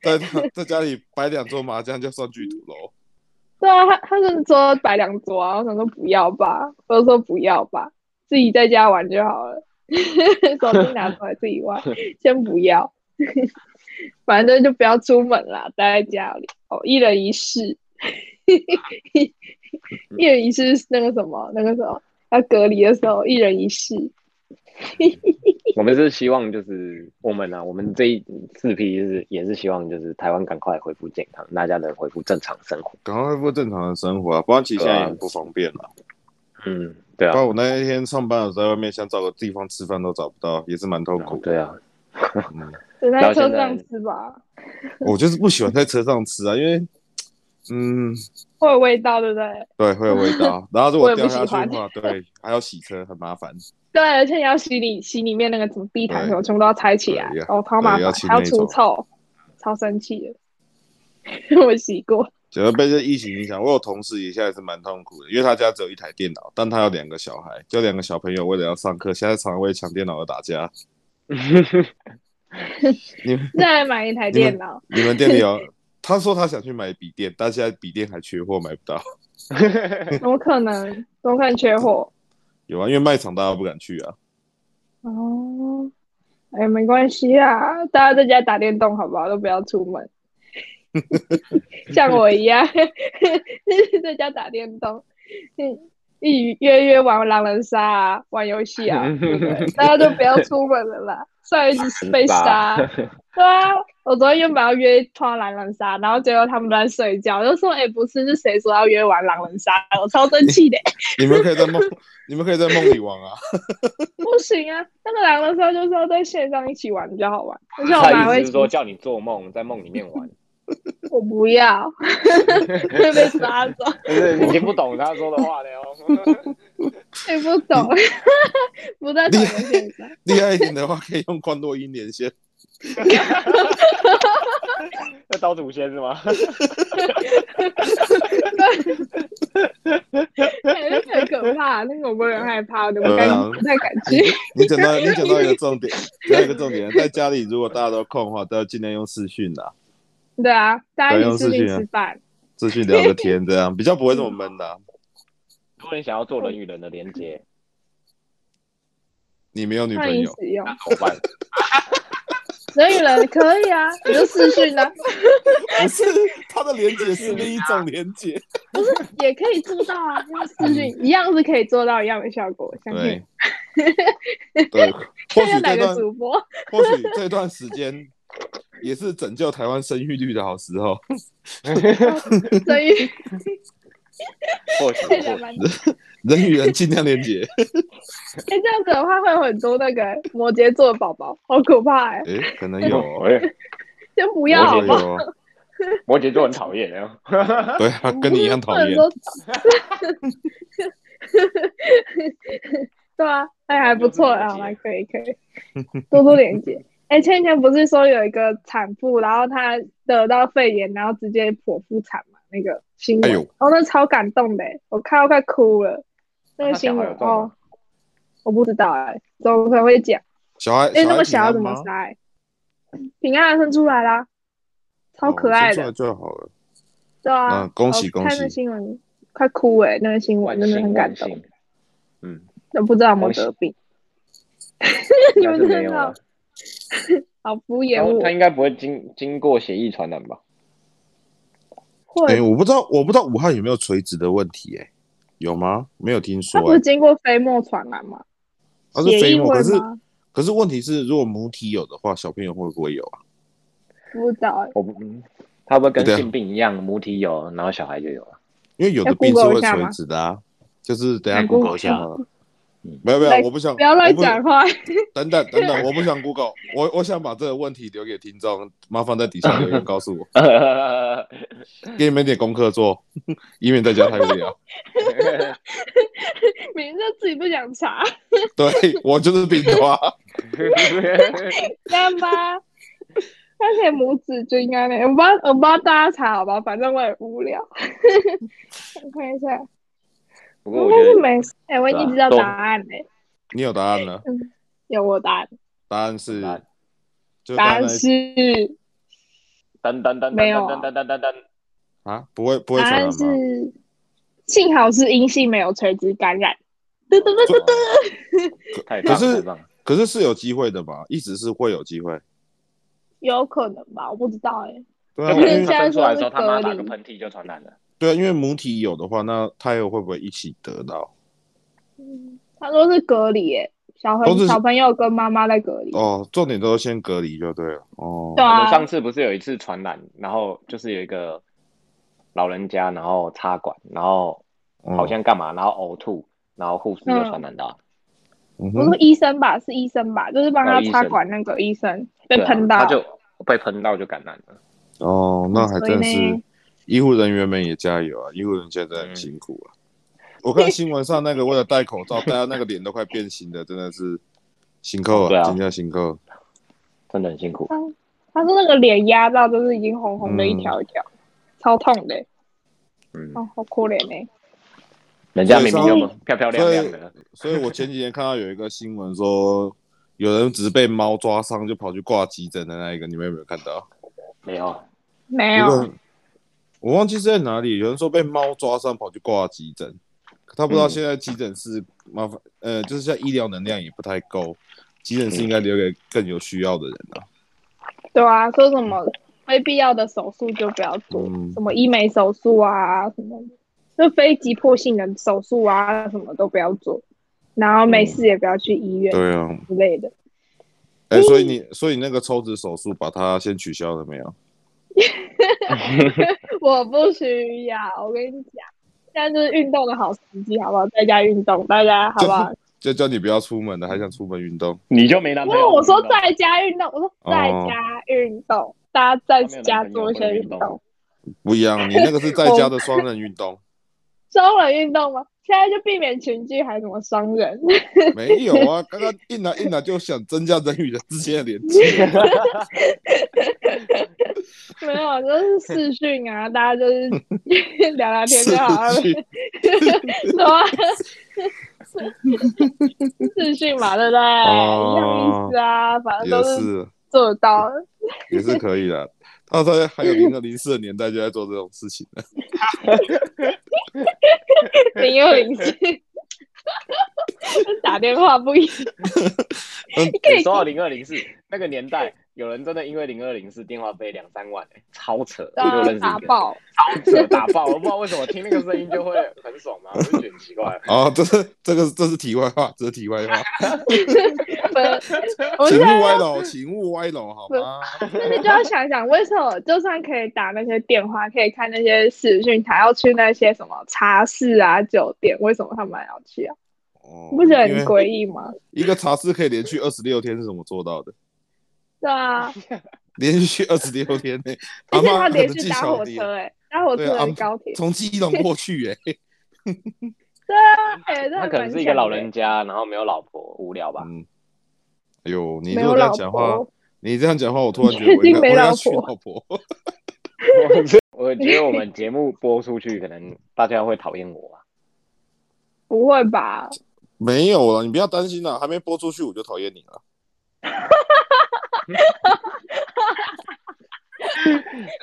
Speaker 2: 在在家里摆两桌麻将就算剧毒喽。
Speaker 1: 对啊，他他是说摆两桌啊，我想说不要吧，我就说不要吧，自己在家玩就好了， 手机拿出来自己玩，先不要， 反正就不要出门啦，待在家里哦，一人一室，一人一室是那个什么那个什么，要隔离的时候一人一室，
Speaker 3: 我们是希望就是我们啊，我们这一四批就是也是希望就是台湾赶快恢复健康，大家能恢复正常生活。
Speaker 2: 赶快恢复正常的生活啊，不然其实现在也很不方便了。
Speaker 3: 嗯，对
Speaker 2: 不
Speaker 3: 啊，
Speaker 2: 然我那一天上班的时候，在外面想找个地方吃饭都找不到，也是蛮痛苦的。
Speaker 3: 对啊，
Speaker 2: 嗯
Speaker 1: 就在
Speaker 3: 然后
Speaker 1: 车
Speaker 3: 现在
Speaker 1: 上吃吧，
Speaker 2: 我就是不喜欢在车上吃啊，因为，嗯，
Speaker 1: 会有味道，对不对？
Speaker 2: 对，会有味 道。然后如
Speaker 1: 我
Speaker 2: 果
Speaker 1: 也不
Speaker 2: 掉下
Speaker 1: 喜
Speaker 2: 去的
Speaker 1: 欢
Speaker 2: 话，对，还要洗车，很麻烦。
Speaker 1: 对，而且你要洗里洗里面那个什么地毯什么，全部都要拆起来
Speaker 2: 对，哎要
Speaker 1: 哦，超麻
Speaker 2: 对要
Speaker 1: 烦，
Speaker 2: 清
Speaker 1: 还要
Speaker 2: 那
Speaker 1: 除
Speaker 2: 种
Speaker 1: 臭，超生气的。 我洗过，
Speaker 2: 主要被这疫情影响，我有同事也现在是蛮痛苦的，因为他家只有一台电脑，但他有两个小孩，就两个小朋友为了要上课，现在常常为抢电脑而打架。你们
Speaker 1: 再买一台
Speaker 2: 你们
Speaker 1: 电脑，
Speaker 2: 你们店里有？他说他想去买笔电，但现在笔电还缺货，买不到。
Speaker 1: 怎么可能？怎么可能缺货？
Speaker 2: 有啊，因为卖场大家不敢去啊。
Speaker 1: 哦，哎，没关系啊，大家在家打电动好不好？都不要出门， 像我一样， 在家打电动，嗯，一约约玩狼人杀啊，玩游戏啊，对不对？大家都不要出门了啦，上一次被杀，对啊，我昨天原本要约穿狼人杀，然后结果他们都在睡觉，我就说，哎、不是，是谁说要约玩狼人杀？我超生气的。
Speaker 2: 你们可以在梦，你们可以在梦里玩啊。
Speaker 1: 不行啊，那个狼人杀就是要在线上一起玩比较好玩，而且我们还
Speaker 3: 他
Speaker 1: 会
Speaker 3: 意思是说叫你做梦，在梦里面 玩。
Speaker 1: 我不要， 会被抓走，
Speaker 3: 就是你听不懂他说的话的哦。
Speaker 1: 听不懂， 不在讨论线上，
Speaker 2: 厉害一点的话，可以用关洛音连线。
Speaker 3: 那刀祖先是吗？
Speaker 1: 哎那个很可怕，那个我会很害怕，我不
Speaker 2: 对
Speaker 1: 敢
Speaker 2: 啊
Speaker 1: 不太敢去。
Speaker 2: 你讲到你讲到一个重点，讲到一个重点，在家里如果大家都空的话，都要尽量用视讯啊，
Speaker 1: 对啊，大家
Speaker 2: 对
Speaker 1: 一
Speaker 2: 用
Speaker 1: 起出去
Speaker 2: 视讯啊
Speaker 1: 吃饭，
Speaker 2: 视讯聊个天，这 样比较不会这么闷的啊、
Speaker 3: 如果你想要做人与人的连 接，
Speaker 2: 你没有女
Speaker 1: 欢
Speaker 2: 朋
Speaker 1: 迎
Speaker 2: 友，
Speaker 1: 使用
Speaker 3: 那怎么办？
Speaker 1: 人与人可以啊，你就视讯啊，
Speaker 2: 不 是他的连接是另一种连接。
Speaker 1: 也可以做到啊，用视讯
Speaker 2: 嗯
Speaker 1: 一样是可以做到一样的效果，相信
Speaker 2: 对， 对， 或
Speaker 1: 看
Speaker 2: 许
Speaker 1: 看哪
Speaker 2: 这
Speaker 1: 个
Speaker 2: 段
Speaker 1: 主播。
Speaker 2: 或许这段时间也是拯救台湾生育率的好时候。
Speaker 1: 所以
Speaker 3: 或许
Speaker 1: 这
Speaker 3: 或
Speaker 1: 两
Speaker 3: 许
Speaker 1: 蛮
Speaker 2: 人与人尽量连接。
Speaker 1: 哎、这样子的话会有很多那个摩羯座的宝宝，好可怕哎、
Speaker 2: 诶，可能有、哦，
Speaker 3: 喂
Speaker 1: 先 不
Speaker 2: 不
Speaker 1: 要好
Speaker 2: 有
Speaker 1: 不好？
Speaker 2: 哦。
Speaker 3: 哎摩羯座很讨厌哦。
Speaker 2: 对啊，跟你一样 讨
Speaker 1: 不能
Speaker 2: 厌。
Speaker 1: 说对啊，哎、还不错啊，还可以可以， 多多连接。哎、前几天不是说有一个产妇，然后她得到肺炎，然后直接剖腹产嘛？那个新闻，
Speaker 2: 哎呦
Speaker 1: 哦，那超感动的欸，我看到快哭了。那
Speaker 3: 啊
Speaker 1: 个
Speaker 3: 她
Speaker 1: 新
Speaker 3: 小孩
Speaker 1: 闻、
Speaker 3: 有中
Speaker 1: 哦
Speaker 3: 吗，
Speaker 1: 我不知道哎、总可能会讲。
Speaker 2: 小孩，
Speaker 1: 哎、那么
Speaker 2: 平
Speaker 1: 小
Speaker 2: 安
Speaker 1: 要怎么
Speaker 2: 吗？
Speaker 1: 塞？平安的生出来啦，超可
Speaker 2: 哦
Speaker 1: 爱
Speaker 2: 生
Speaker 1: 的，
Speaker 2: 出来就好了。
Speaker 1: 对啊，
Speaker 2: 嗯恭喜
Speaker 1: 哦
Speaker 2: 恭喜
Speaker 1: 看那新闻快哭哎、那个新闻真的很感动，
Speaker 3: 万幸。嗯，
Speaker 1: 都不知道有没有
Speaker 3: 恭喜
Speaker 1: 得 病，
Speaker 3: 应
Speaker 1: 你
Speaker 3: 该
Speaker 1: 们
Speaker 3: 是
Speaker 1: 真
Speaker 3: 没有
Speaker 1: 的
Speaker 3: 啊
Speaker 1: 好。好敷衍
Speaker 3: 然后
Speaker 1: 我
Speaker 3: 他，应该不会经经过血液传染吧？
Speaker 2: 哎、
Speaker 1: 会，
Speaker 2: 我不知道，我不知道武汉有没有垂直的问题、哎，有吗？没有听
Speaker 1: 他
Speaker 2: 说、
Speaker 1: 不
Speaker 2: 哎
Speaker 1: 是经过飞沫传染吗？
Speaker 2: 它是
Speaker 1: 血
Speaker 2: 飞
Speaker 1: 液
Speaker 2: 沫，
Speaker 1: 会
Speaker 2: 可是
Speaker 1: 吗？
Speaker 2: 可是问题是，如果母体有的话，小朋友会不会有啊？
Speaker 1: 不知道哎、
Speaker 3: 我不，嗯他会跟
Speaker 2: 对啊
Speaker 3: 性病一样，母体有，然后小孩就有 了。
Speaker 2: 因为有的
Speaker 1: 要
Speaker 2: 病是
Speaker 1: 哎 Google
Speaker 2: 会
Speaker 1: 一下吗
Speaker 2: 垂直的啊，就是等一下
Speaker 1: 来 Google
Speaker 2: Google 一
Speaker 3: 一
Speaker 2: 下
Speaker 3: 下
Speaker 2: 好了。没有没有，
Speaker 1: 来
Speaker 2: 我不想
Speaker 1: 不要
Speaker 2: 我
Speaker 1: 乱
Speaker 2: 不
Speaker 1: 讲话。
Speaker 2: 等等等等，我不想 Google，我我想把这个问题留给听众，麻烦在底下留言告诉 我，给你们一点功课做，以免在家太无聊。
Speaker 1: 明明就自己不想查，
Speaker 2: 对我就是病毒啊，
Speaker 1: 这样吧。他写母子就应该那，我不知道我不知道大家查好不好，反正我也无聊。 我看一下，
Speaker 3: 不过
Speaker 1: 应
Speaker 3: 我
Speaker 1: 该
Speaker 3: 觉
Speaker 1: 是
Speaker 3: 得
Speaker 1: 没事。哎、我已
Speaker 2: 啊
Speaker 1: 经知道答案嘞、
Speaker 2: 你有答案了？
Speaker 1: 有我答案，
Speaker 2: 答案是
Speaker 3: 答案，
Speaker 2: 就
Speaker 1: 答案
Speaker 2: 在
Speaker 1: 是
Speaker 3: 噔噔噔噔
Speaker 1: 没有啊
Speaker 3: 噔噔噔噔噔，
Speaker 2: 啊，不会不会
Speaker 1: 答
Speaker 2: 传染
Speaker 1: 案
Speaker 2: 吗？
Speaker 1: 是，幸好是阴性，没有垂直感染。嘟嘟嘟嘟嘟，
Speaker 3: 太棒
Speaker 2: 可是
Speaker 3: 了，太棒了！
Speaker 2: 可是是有机会的吧？一直是会有机会。
Speaker 1: 有可能吧？我不知道哎、
Speaker 2: 对啊，
Speaker 3: 就
Speaker 2: 因
Speaker 3: 可能
Speaker 2: 为
Speaker 3: 他生出来的时
Speaker 1: 现在说是
Speaker 3: 候，他妈
Speaker 1: 隔
Speaker 3: 打
Speaker 1: 离
Speaker 3: 个喷嚏就传染了。
Speaker 2: 对啊，因为母体有的话，那胎儿会不会一起得到？
Speaker 1: 他说是隔离耶、小
Speaker 2: 都是
Speaker 1: 朋小朋友跟妈妈在隔离。
Speaker 2: 哦，重点都是先隔离就对了。哦，
Speaker 1: 对
Speaker 3: 我们
Speaker 1: 啊
Speaker 3: 上，次不是有一次传染，然后就是有一个老人家，然后插管，然后
Speaker 2: 嗯
Speaker 3: 好像干嘛，然后呕吐，然后护士就传染到，
Speaker 2: 嗯
Speaker 1: 我
Speaker 2: 哼
Speaker 1: 说医生吧，是医生吧，就是帮他插管那个医生被
Speaker 3: 哦对啊
Speaker 1: 喷到，
Speaker 3: 他就被喷到就感染了。
Speaker 2: 哦，那还真
Speaker 1: 所以
Speaker 2: 是
Speaker 1: 呢，
Speaker 2: 医护人员们也加油啊！医护人员现在
Speaker 3: 嗯
Speaker 2: 很辛苦啊。我看新闻上那个为了戴口罩，大家那个脸都快变形的，真的是辛苦
Speaker 3: 对
Speaker 2: 啊，
Speaker 3: 啊
Speaker 2: 真的辛苦。
Speaker 3: 真的很辛苦，
Speaker 1: 他说那个脸压到就是已经红红
Speaker 2: 嗯
Speaker 1: 的一条一条，超痛的耶、
Speaker 3: 嗯，
Speaker 1: 哦，好可怜哎、
Speaker 3: 人家明明
Speaker 2: 所以
Speaker 3: 就漂漂亮亮的，
Speaker 2: 所以我前几天看到有一个新闻说，有人只是被猫抓伤就跑去挂急诊的那一个，你们有没有看到？
Speaker 3: 没有，
Speaker 1: 没
Speaker 2: 如
Speaker 1: 有
Speaker 2: 果，我忘记是在哪里，有人说被猫抓伤跑去挂急诊，他不知道
Speaker 3: 嗯
Speaker 2: 现在急诊室麻烦，呃，就是现在医疗能量也不太够，急诊室应该留给更有需要的人啊。
Speaker 1: 对啊，说什么非必要的手术就不要做，
Speaker 2: 嗯
Speaker 1: 什么医美手术啊，什么就非急迫性的手术啊，什么都不要做，然后没事也不要去医院
Speaker 2: 嗯对啊，
Speaker 1: 之类的。
Speaker 2: 哎、所以你所以那个抽脂手术把它先取消了没有？
Speaker 1: 我不需要，我跟你讲，现在就是运动的好时机，好不好？在家运动，大家好不好？
Speaker 2: 就叫你不要出门了，还想出门运动？
Speaker 3: 你就没男
Speaker 1: 因
Speaker 3: 朋
Speaker 1: 为
Speaker 3: 友。
Speaker 1: 我说
Speaker 3: 你知道吗
Speaker 1: 在家运动，我说在
Speaker 2: 哦
Speaker 1: 家运动，大家在家做一些运
Speaker 3: 他没
Speaker 1: 动
Speaker 3: 有男朋友不能运动，
Speaker 2: 不一样，你那个是在家的双人运动，
Speaker 1: 双人运动吗？现在就避免群聚，还什么双人？
Speaker 2: 没有啊？刚刚一来一来就想增加人与人之间的连 接，
Speaker 1: 没有，就是视讯啊，大家就是 聊聊天就好了，
Speaker 2: 是去
Speaker 1: 对吧？ 视讯嘛，对不对？
Speaker 2: 哦
Speaker 1: 一样意思啊，反正
Speaker 2: 也
Speaker 1: 都是
Speaker 2: 是。
Speaker 1: 做得 到的。
Speaker 2: 也是可以的。 他在还有零二零四的年代就在做这种事情了。
Speaker 1: 零二零四，打电话不 一定
Speaker 2: 嗯
Speaker 3: 你说到零二零四那个年代，有人真的因为零二零四电话费两三万、欸，超扯！我就认识
Speaker 1: 呃打
Speaker 3: 一 个，
Speaker 1: 爆，
Speaker 3: 超扯打爆！我不知道为什么听那个声音就会很爽 嘛，我就觉得很奇怪。
Speaker 2: 哦，这是这个这是题外话，这是题外话，
Speaker 1: 分我现
Speaker 2: 请
Speaker 1: 在
Speaker 2: 勿歪楼，请勿歪楼，好吗？
Speaker 1: 那你就要想想，为什么就算可以打那些电话，可以看那些视讯，还要去那些什么茶室啊、酒店？为什么他们还要去啊？
Speaker 2: 哦
Speaker 1: 你不觉得很
Speaker 2: 因为
Speaker 1: 诡异吗？
Speaker 2: 一个茶室可以连续二十六天是怎么做到的？
Speaker 1: 对 啊，
Speaker 2: 连续二十六天内，
Speaker 1: 而
Speaker 2: 阿
Speaker 1: 且
Speaker 2: 嬷
Speaker 1: 他
Speaker 2: 可
Speaker 1: 连
Speaker 2: 能
Speaker 1: 续
Speaker 2: 技
Speaker 1: 搭
Speaker 2: 巧
Speaker 1: 火
Speaker 2: 低，
Speaker 1: 车、欸，哎，搭火车
Speaker 2: 对啊
Speaker 1: 跟高铁，
Speaker 2: 从基隆过去，哎，
Speaker 1: 对啊，哎、这
Speaker 3: 他
Speaker 1: 还
Speaker 3: 可
Speaker 1: 蛮
Speaker 3: 能是一个老
Speaker 1: 强的
Speaker 3: 人家，然后没有老婆，无聊 吧？
Speaker 2: 嗯， 哎呦，你
Speaker 1: 没
Speaker 2: 如
Speaker 1: 有
Speaker 2: 果这样
Speaker 1: 老
Speaker 2: 讲话啊
Speaker 1: 婆，
Speaker 2: 你这样讲话，我突然觉得
Speaker 1: 确
Speaker 2: 我
Speaker 1: 定
Speaker 2: 应该我
Speaker 1: 没
Speaker 2: 应该
Speaker 1: 老
Speaker 2: 娶
Speaker 1: 婆
Speaker 2: 老婆。
Speaker 3: 我觉得我们节目播出去，可能大家会讨厌我啊。
Speaker 1: 不会吧？
Speaker 2: 没有了，你不要担心啦，还没播出去我就讨厌你了。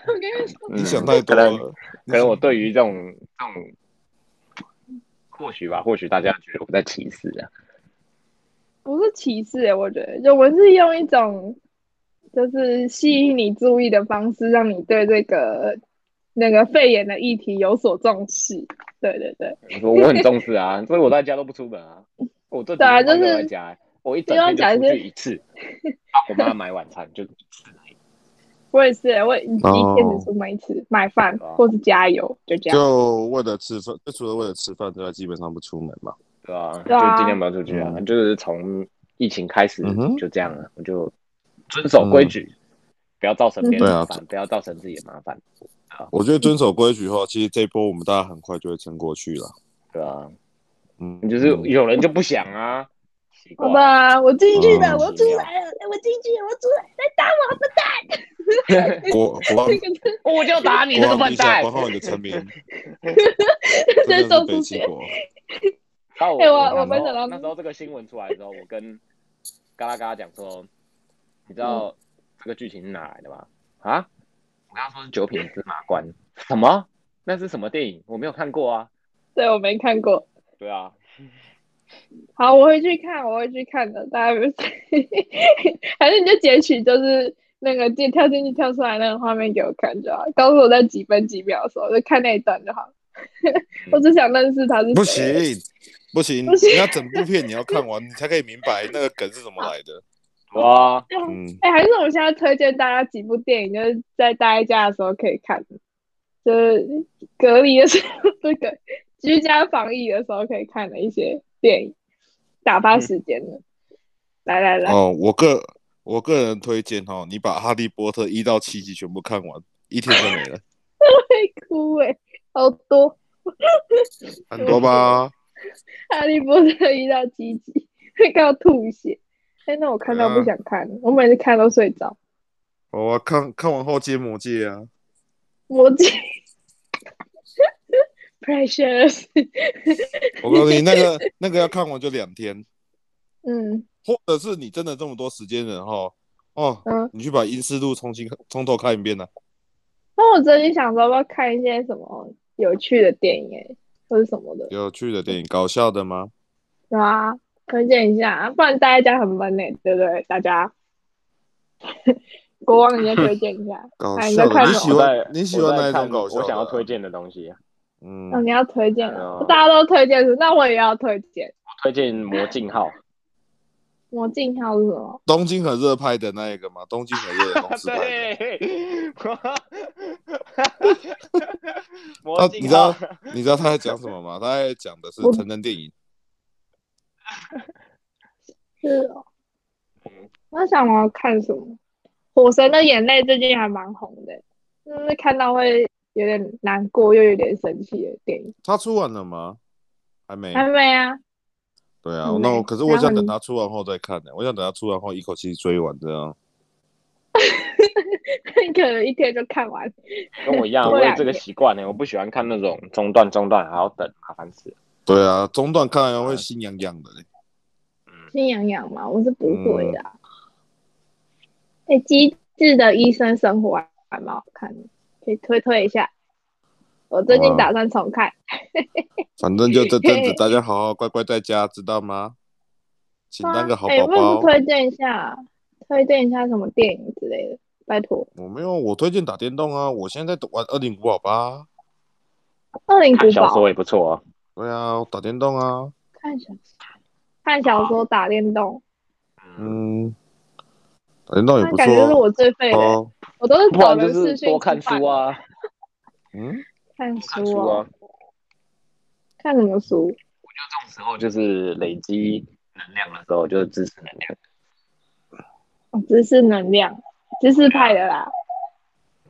Speaker 1: 我跟你说，
Speaker 2: 你想太多
Speaker 3: 可能
Speaker 2: 了。
Speaker 3: 可能我对于这种这种，或许吧，或许大家觉得我在歧视啊。
Speaker 1: 不是歧视、欸，我觉得就我是用一种就是吸引你注意的方式，让你对这个那个肺炎的议题有所重视。对对对，
Speaker 3: 我说我很重视 啊，所以我在家都不出门啊。我这几
Speaker 1: 对啊
Speaker 3: 天都
Speaker 1: 就是啊
Speaker 3: 在家欸、我一整天就出去一次，帮我妈买晚餐就一次而已
Speaker 1: 我也是，我一一天
Speaker 2: 哦
Speaker 1: 只出门一次，买饭
Speaker 3: 对啊
Speaker 1: 或是加油，就这样。
Speaker 2: 就为了吃饭，就除了为了吃饭之外，基本上不出门嘛。
Speaker 3: 对啊，
Speaker 1: 对啊
Speaker 3: 就尽量不要出去啊，
Speaker 2: 嗯
Speaker 3: 就是从疫情开始
Speaker 2: 嗯哼
Speaker 3: 就这样了，我就遵守规矩，不要造成别人麻
Speaker 2: 对啊
Speaker 3: 烦，不要造成自己的麻烦，
Speaker 2: 我觉得遵守规矩后，其实这一波我们大家很快就会撑过去了。
Speaker 3: 对啊，
Speaker 2: 嗯，
Speaker 3: 就是有人就不想啊，奇怪
Speaker 1: 好，吧，我进去了，
Speaker 2: 嗯
Speaker 1: 我出来了，我进去了，我出来了，来打我，笨蛋！
Speaker 2: 国国
Speaker 1: 这个真
Speaker 3: 我就打你这个
Speaker 2: 国王
Speaker 3: 笨
Speaker 2: 陛下
Speaker 3: 蛋
Speaker 2: 管！好你的臣民，
Speaker 1: 的
Speaker 2: 真
Speaker 1: 真
Speaker 2: 的是
Speaker 1: 受
Speaker 2: 北
Speaker 1: 出
Speaker 2: 齐
Speaker 1: 血。
Speaker 2: 国。
Speaker 3: 到
Speaker 1: 哎我
Speaker 3: 那
Speaker 1: 我没
Speaker 3: 时候
Speaker 1: 想到
Speaker 3: 那时候这个新闻出来的时候，我跟嘎啦嘎啦讲说，你
Speaker 1: 嗯
Speaker 3: 知道这个剧情是哪来的吗？啊？我刚刚说是九品芝麻官，什么？那是什么电影？我没有看过啊。
Speaker 1: 对，我没看过。
Speaker 3: 对啊，
Speaker 1: 好，我会去看，我会去看的。大家不是， 还是你就截取就是那个进跳进去跳出来那个画面给我看就好，告诉我在几分几秒的时候，就看那一段就好。 我只想认识他是谁。
Speaker 2: 嗯不行，不行，
Speaker 1: 不行
Speaker 2: 你要整部片你要看完，你才可以明白那个梗是怎么来的。
Speaker 3: 哇，
Speaker 2: 嗯，
Speaker 1: 哎、还是我们现在推荐大家几部电影，就是在待在家的时候可以看的，就是隔离的时候， 这个居家防疫的时候可以看的一些电影，打发时间的。来来来，
Speaker 2: 嗯哦，我个我个人推荐哦，你把《哈利波特》一到七集全部看完，一天就没了，
Speaker 1: 会 哭哎、好多
Speaker 2: 很多 吧？
Speaker 1: 《哈利波特》一到七集，会看到吐血。哎、那我看到不想看，我每次看都睡着。
Speaker 2: 哦我、看看完后接魔戒啊，
Speaker 1: 魔镜 ，precious，
Speaker 2: 我告诉你，那个那个要看完就两天，
Speaker 1: 嗯
Speaker 2: 或者是你真的这么多时间人哈，哦，
Speaker 1: 嗯。
Speaker 2: 你去把《阴尸路》重新从头看一遍呢、啊
Speaker 1: 那我最近想说要不要看一些什么有趣的电影、欸，或者什么的，
Speaker 2: 有趣的电影，搞笑的吗？
Speaker 1: 对啊，推荐一下，啊不然待在家很闷呢、对不对？大家，国王你再推荐一下，
Speaker 2: 搞
Speaker 1: 哎你
Speaker 2: 笑
Speaker 1: 在看
Speaker 2: 的，你
Speaker 1: 什么
Speaker 2: 喜
Speaker 3: 我
Speaker 2: 欢
Speaker 3: 在
Speaker 2: 你喜欢哪一种搞
Speaker 3: 我在
Speaker 2: 笑的啊？
Speaker 3: 看我想要推荐的东西啊，
Speaker 2: 嗯，
Speaker 1: 哦，你要推荐啊，
Speaker 3: 嗯
Speaker 1: 大家都推荐，那我也要推荐。
Speaker 3: 推荐《魔 镜号》
Speaker 1: 魔镜号是什么？
Speaker 2: 东京很热拍的那一个嘛，东京很热的公司 拍的。
Speaker 3: 对，
Speaker 2: 那
Speaker 3: 魔
Speaker 2: 啊你
Speaker 3: 镜
Speaker 2: 知道
Speaker 3: 号，
Speaker 2: 你知道他在讲什么吗？他在讲的是
Speaker 1: 我
Speaker 2: 成人电影，
Speaker 1: 是哦，
Speaker 2: 嗯
Speaker 1: 我想我要看什么，《火神的眼泪》最近还蛮红的、就是看到会有点难过又有点生气的电影。
Speaker 2: 他出完了吗？还没。
Speaker 1: 还没啊，
Speaker 2: 对啊
Speaker 1: 还，没
Speaker 2: 那我可是我
Speaker 1: 然后
Speaker 2: 想等
Speaker 1: 你
Speaker 2: 他出完后再看呢、我想等他出完后一口气追完这样。
Speaker 1: 可能一天就看完。
Speaker 3: 跟我一样，
Speaker 1: 我
Speaker 3: 我
Speaker 1: 俩
Speaker 3: 有这个习惯呢，我不喜欢看那种中断中断还要等，麻烦死了。
Speaker 2: 对啊，中段看完
Speaker 1: 嗯
Speaker 2: 会心痒痒的、欸。
Speaker 1: 心痒痒嘛，我是不会的、啊。
Speaker 2: 嗯
Speaker 1: 哎、机智的医生生活》还蛮好看的，可以推推一下。我最
Speaker 2: 啊
Speaker 1: 近打算重看，
Speaker 2: 反正就这阵子，大 家好好乖乖在家，知道吗？请当个好
Speaker 1: 哎、
Speaker 2: 宝
Speaker 1: 为什么
Speaker 2: 宝
Speaker 1: 不。推荐一下？推荐一下什么电影之类的？拜托，
Speaker 2: 我没有，我推荐打电动啊！我现在在玩《二零五》好吧？
Speaker 1: 《恶灵古
Speaker 3: 看小
Speaker 1: 堡》
Speaker 3: 说也不错哦，
Speaker 2: 对啊，我打电动啊。
Speaker 1: 看小说，看小说打电动，
Speaker 3: 嗯，
Speaker 2: 嗯，打电动也
Speaker 1: 那
Speaker 2: 不
Speaker 1: 啊感觉是
Speaker 2: 错啊
Speaker 1: 我最废的、
Speaker 2: 哦。
Speaker 1: 我都是
Speaker 3: 不
Speaker 1: 找
Speaker 3: 然就
Speaker 1: 人视
Speaker 3: 是
Speaker 1: 讯
Speaker 3: 多看
Speaker 1: 吃饭
Speaker 3: 书，啊，
Speaker 2: 嗯，
Speaker 1: 看
Speaker 3: 多看
Speaker 1: 书
Speaker 3: 书
Speaker 1: 哦
Speaker 3: 啊，，
Speaker 1: 看什么书？
Speaker 3: 这种时候就是累积能量的时候，就是支持能量。
Speaker 1: 哦知识能量，知识派的啦。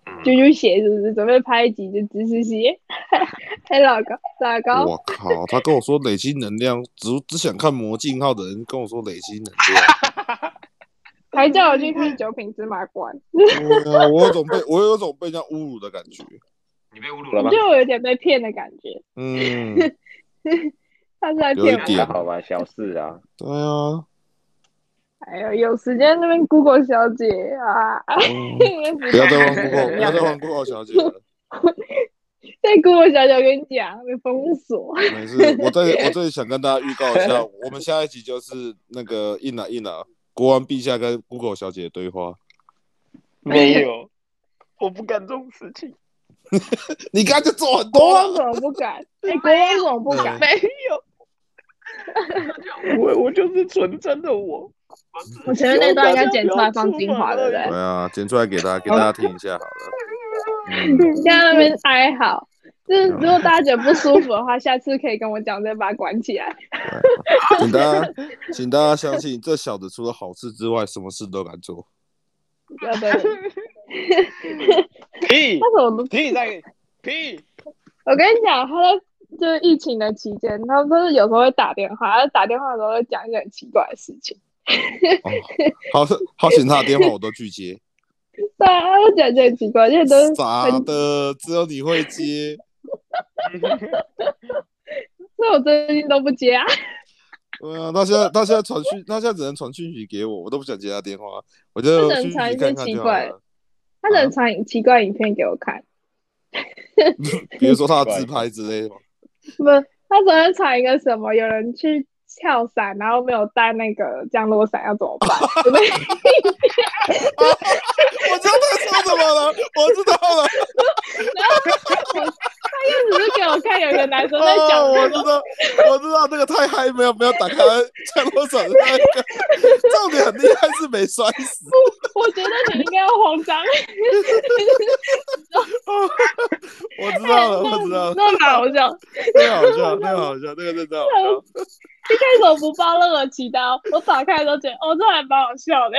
Speaker 3: 嗯
Speaker 1: 啾啾鞋是不是准备拍一集就知识鞋？ 哎，老高，老高，
Speaker 2: 我靠！他跟我说累积能量，只只想看魔镜号的人跟我说累积能 量。
Speaker 1: 还叫我去看《九品芝麻官》，
Speaker 2: 对啊，我有种被我有种被人家侮辱的感觉。
Speaker 3: 你被侮辱
Speaker 1: 我
Speaker 3: 了吗
Speaker 1: 觉？得我有点被骗的感觉，
Speaker 2: 嗯，
Speaker 1: 他是在
Speaker 2: 有一
Speaker 1: 骗
Speaker 2: 点
Speaker 1: 我。
Speaker 3: 还好吧，小事啊。
Speaker 2: 对啊，
Speaker 1: 哎呦，有时间那边 Google 小姐啊，
Speaker 2: 嗯不要再 玩 Google，不要再玩 Google 小姐了。
Speaker 1: 在 Google 小姐，我跟你讲，被封锁。
Speaker 2: 没事，我 这里我这里想跟大家预告一下，我们下一集就是那个印娜印娜国王陛下跟 Google 小姐的对话。
Speaker 3: 没有，我不干这种事情。
Speaker 2: 你刚才就做很
Speaker 1: 国
Speaker 2: 多
Speaker 1: 王
Speaker 2: 了，
Speaker 1: 怎么不敢？哎，国王怎么不敢？
Speaker 3: 没有， 我我就是纯真的我。
Speaker 1: 我前面那段应该剪出来放精华，对不
Speaker 2: 对
Speaker 1: 对？
Speaker 2: 啊，剪出来给大家给大家听一下好了。嗯，
Speaker 1: 现在那边哀嚎，就是如果大家觉得不舒服的话，下次可以跟我讲，再把它关起来。
Speaker 2: 请大家请大家相信，这小子除了好事之外，什么事都敢做。
Speaker 1: 要不然
Speaker 3: 屁
Speaker 1: 他怎么？
Speaker 3: 屁在屁，
Speaker 1: 我跟你讲，他在就是疫情的期间，他不是有时候会打电话，他打电话的时候会讲一些很奇怪的事情。
Speaker 2: 哦，好像好险，他的电话我都拒 接。
Speaker 1: 对啊，他会讲一些很奇怪，因为都是
Speaker 2: 傻的，只有你会接。
Speaker 1: 所以我最近都不接啊。
Speaker 2: 对啊，他现在他现在传讯，他现在只能传讯息给我，我都不想接他电话，我就
Speaker 1: 他只能
Speaker 2: 讯息
Speaker 1: 传一些
Speaker 2: 看看
Speaker 1: 奇
Speaker 2: 就好
Speaker 1: 怪
Speaker 2: 了。
Speaker 1: 他能传奇怪影片给我看，
Speaker 2: 比如说他的自拍之类的嘛。
Speaker 1: 不，他昨天传一个什么，有人去跳伞，然后没有带那个降落伞，要怎么办？
Speaker 2: 我知道他说什么了，我知道了，
Speaker 1: 他就只是给我看有一个男生在讲
Speaker 2: 哦，我
Speaker 1: 那
Speaker 2: 知
Speaker 1: 个，
Speaker 2: 道，我知道那个太嗨，没有没有打开降落伞的那个，重点很厉害是没摔死。
Speaker 1: 我觉得你应该要慌张。
Speaker 2: 哦我知道了，我知道了，
Speaker 1: 那蛮好笑。
Speaker 2: 那个好笑，那个好笑，那个真的好笑。
Speaker 1: 一开始我不抱任何期待哦，我打开都觉得哦，这还蛮好笑的。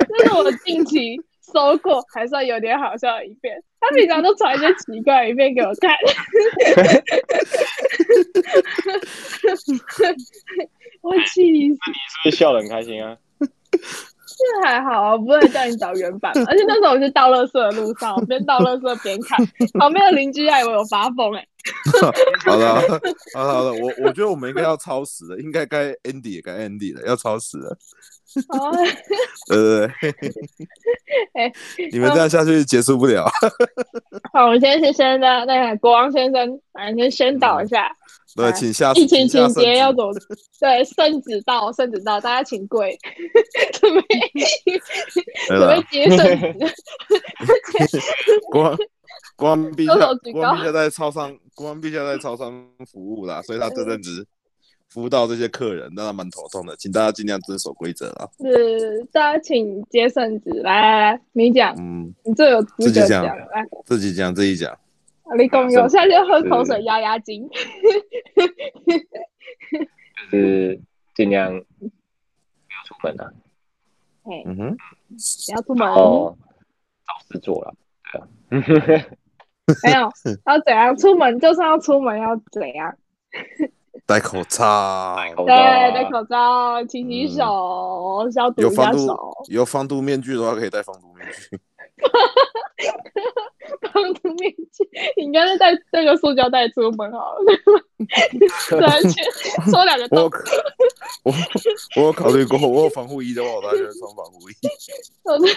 Speaker 1: 这是我近期收过还算有点好笑的一遍。他平常都传一些奇怪的影片给我看。 我气死！
Speaker 3: 是不是笑得很开心啊？
Speaker 1: 这还好啊，不会叫你找原版嘛。而且那时候我是倒垃圾的路上，我边倒垃圾边看，旁边的邻居还以为我发疯 哎、
Speaker 2: 好了，好了，好了，我我觉得我们应该要超时了，应该该 Andy 也该 Andy 了，要超时了，
Speaker 1: 哦，
Speaker 2: 对对对。
Speaker 1: 哎
Speaker 2: 你们这样下去结束不了。
Speaker 1: 好，我们先先先的那个国王先生，来先宣导
Speaker 2: 嗯
Speaker 1: 一下。
Speaker 2: 对，请下
Speaker 1: 啊疫情情
Speaker 2: 请下圣
Speaker 1: 节
Speaker 2: 旨
Speaker 1: 要走，对，圣旨到，圣旨到，大家请跪，准 备
Speaker 2: 对
Speaker 1: 准
Speaker 2: 了
Speaker 1: 备，接圣 旨。
Speaker 2: 国国王陛
Speaker 1: 都
Speaker 2: 下
Speaker 1: 手举，
Speaker 2: 国王陛下在超商， 国王陛下在超商服务啦，所以他这阵子服务到这些客人，让他蛮头痛的，请大家尽量遵守规则啦。
Speaker 1: 是，大家请接圣旨。来来来，你讲，
Speaker 2: 嗯，
Speaker 1: 你最有资
Speaker 2: 自己
Speaker 1: 格
Speaker 2: 讲
Speaker 1: 讲。来，
Speaker 2: 自己讲自己讲，
Speaker 1: 你共有，
Speaker 3: 好
Speaker 1: 现在就喝口
Speaker 3: 是
Speaker 1: 水压压惊。
Speaker 3: 就是尽量不要出门啊，
Speaker 1: 嘿，
Speaker 2: 嗯哼，
Speaker 1: 不要出门，
Speaker 3: 哦，找事做了，对啊，
Speaker 1: 没 有，要怎样？出门就算要出门，要怎样？
Speaker 2: 戴口罩，
Speaker 3: 口罩
Speaker 1: 对，
Speaker 3: 啊
Speaker 1: 戴口罩，勤洗手，消毒
Speaker 2: 嗯有
Speaker 1: 一下
Speaker 2: 防毒
Speaker 1: 手，
Speaker 2: 有防毒面具的话可以戴防毒面具，
Speaker 1: 防毒面具。你应该是带带个塑胶袋出门好了，对吧？去戳两个
Speaker 2: 我
Speaker 1: 洞
Speaker 2: 有。我我有考虑过，我有防护衣的话，我当然就会穿防护衣。
Speaker 1: 我的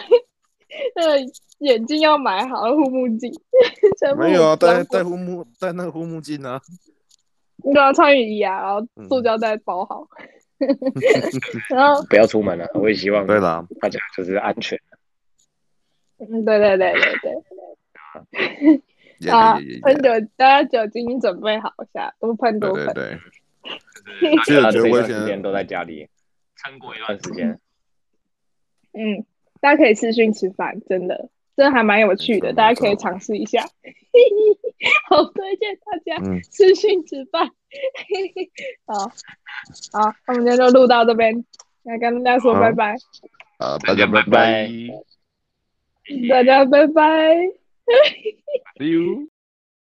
Speaker 1: 那个眼镜要买好了，护目镜。全部
Speaker 2: 没有啊，戴
Speaker 1: 装
Speaker 2: 戴护目戴那个护目镜啊，嗯
Speaker 1: 你都要穿雨衣啊，然后塑胶袋包好。然后，
Speaker 3: 不要出门啊！我也希望
Speaker 2: 对啦，
Speaker 3: 大家就是安全。
Speaker 1: 嗯，对对对对对。
Speaker 2: 也
Speaker 1: 啊
Speaker 2: 也也， 也
Speaker 1: 喷酒，大家酒精准备好一下，多喷
Speaker 2: 对
Speaker 1: 多
Speaker 2: 对
Speaker 1: 喷。
Speaker 2: 对，其
Speaker 3: 其
Speaker 2: 实
Speaker 3: 实
Speaker 2: 我觉
Speaker 3: 这
Speaker 2: 得我以
Speaker 3: 段
Speaker 2: 前
Speaker 3: 时间都在家里，撑过一段时间。
Speaker 1: 嗯，大家可以试训吃饭，真的，真的还蛮有趣的，
Speaker 2: 没错
Speaker 1: 大家可以尝试一下。 好推荐大家
Speaker 2: 嗯
Speaker 1: 试训吃饭。 好，好，那我们今天就录到这边，来跟大家说
Speaker 2: 好
Speaker 1: 拜拜，
Speaker 2: 啊，大家拜
Speaker 3: 拜拜
Speaker 2: 拜。
Speaker 1: 大家拜拜。
Speaker 3: See you。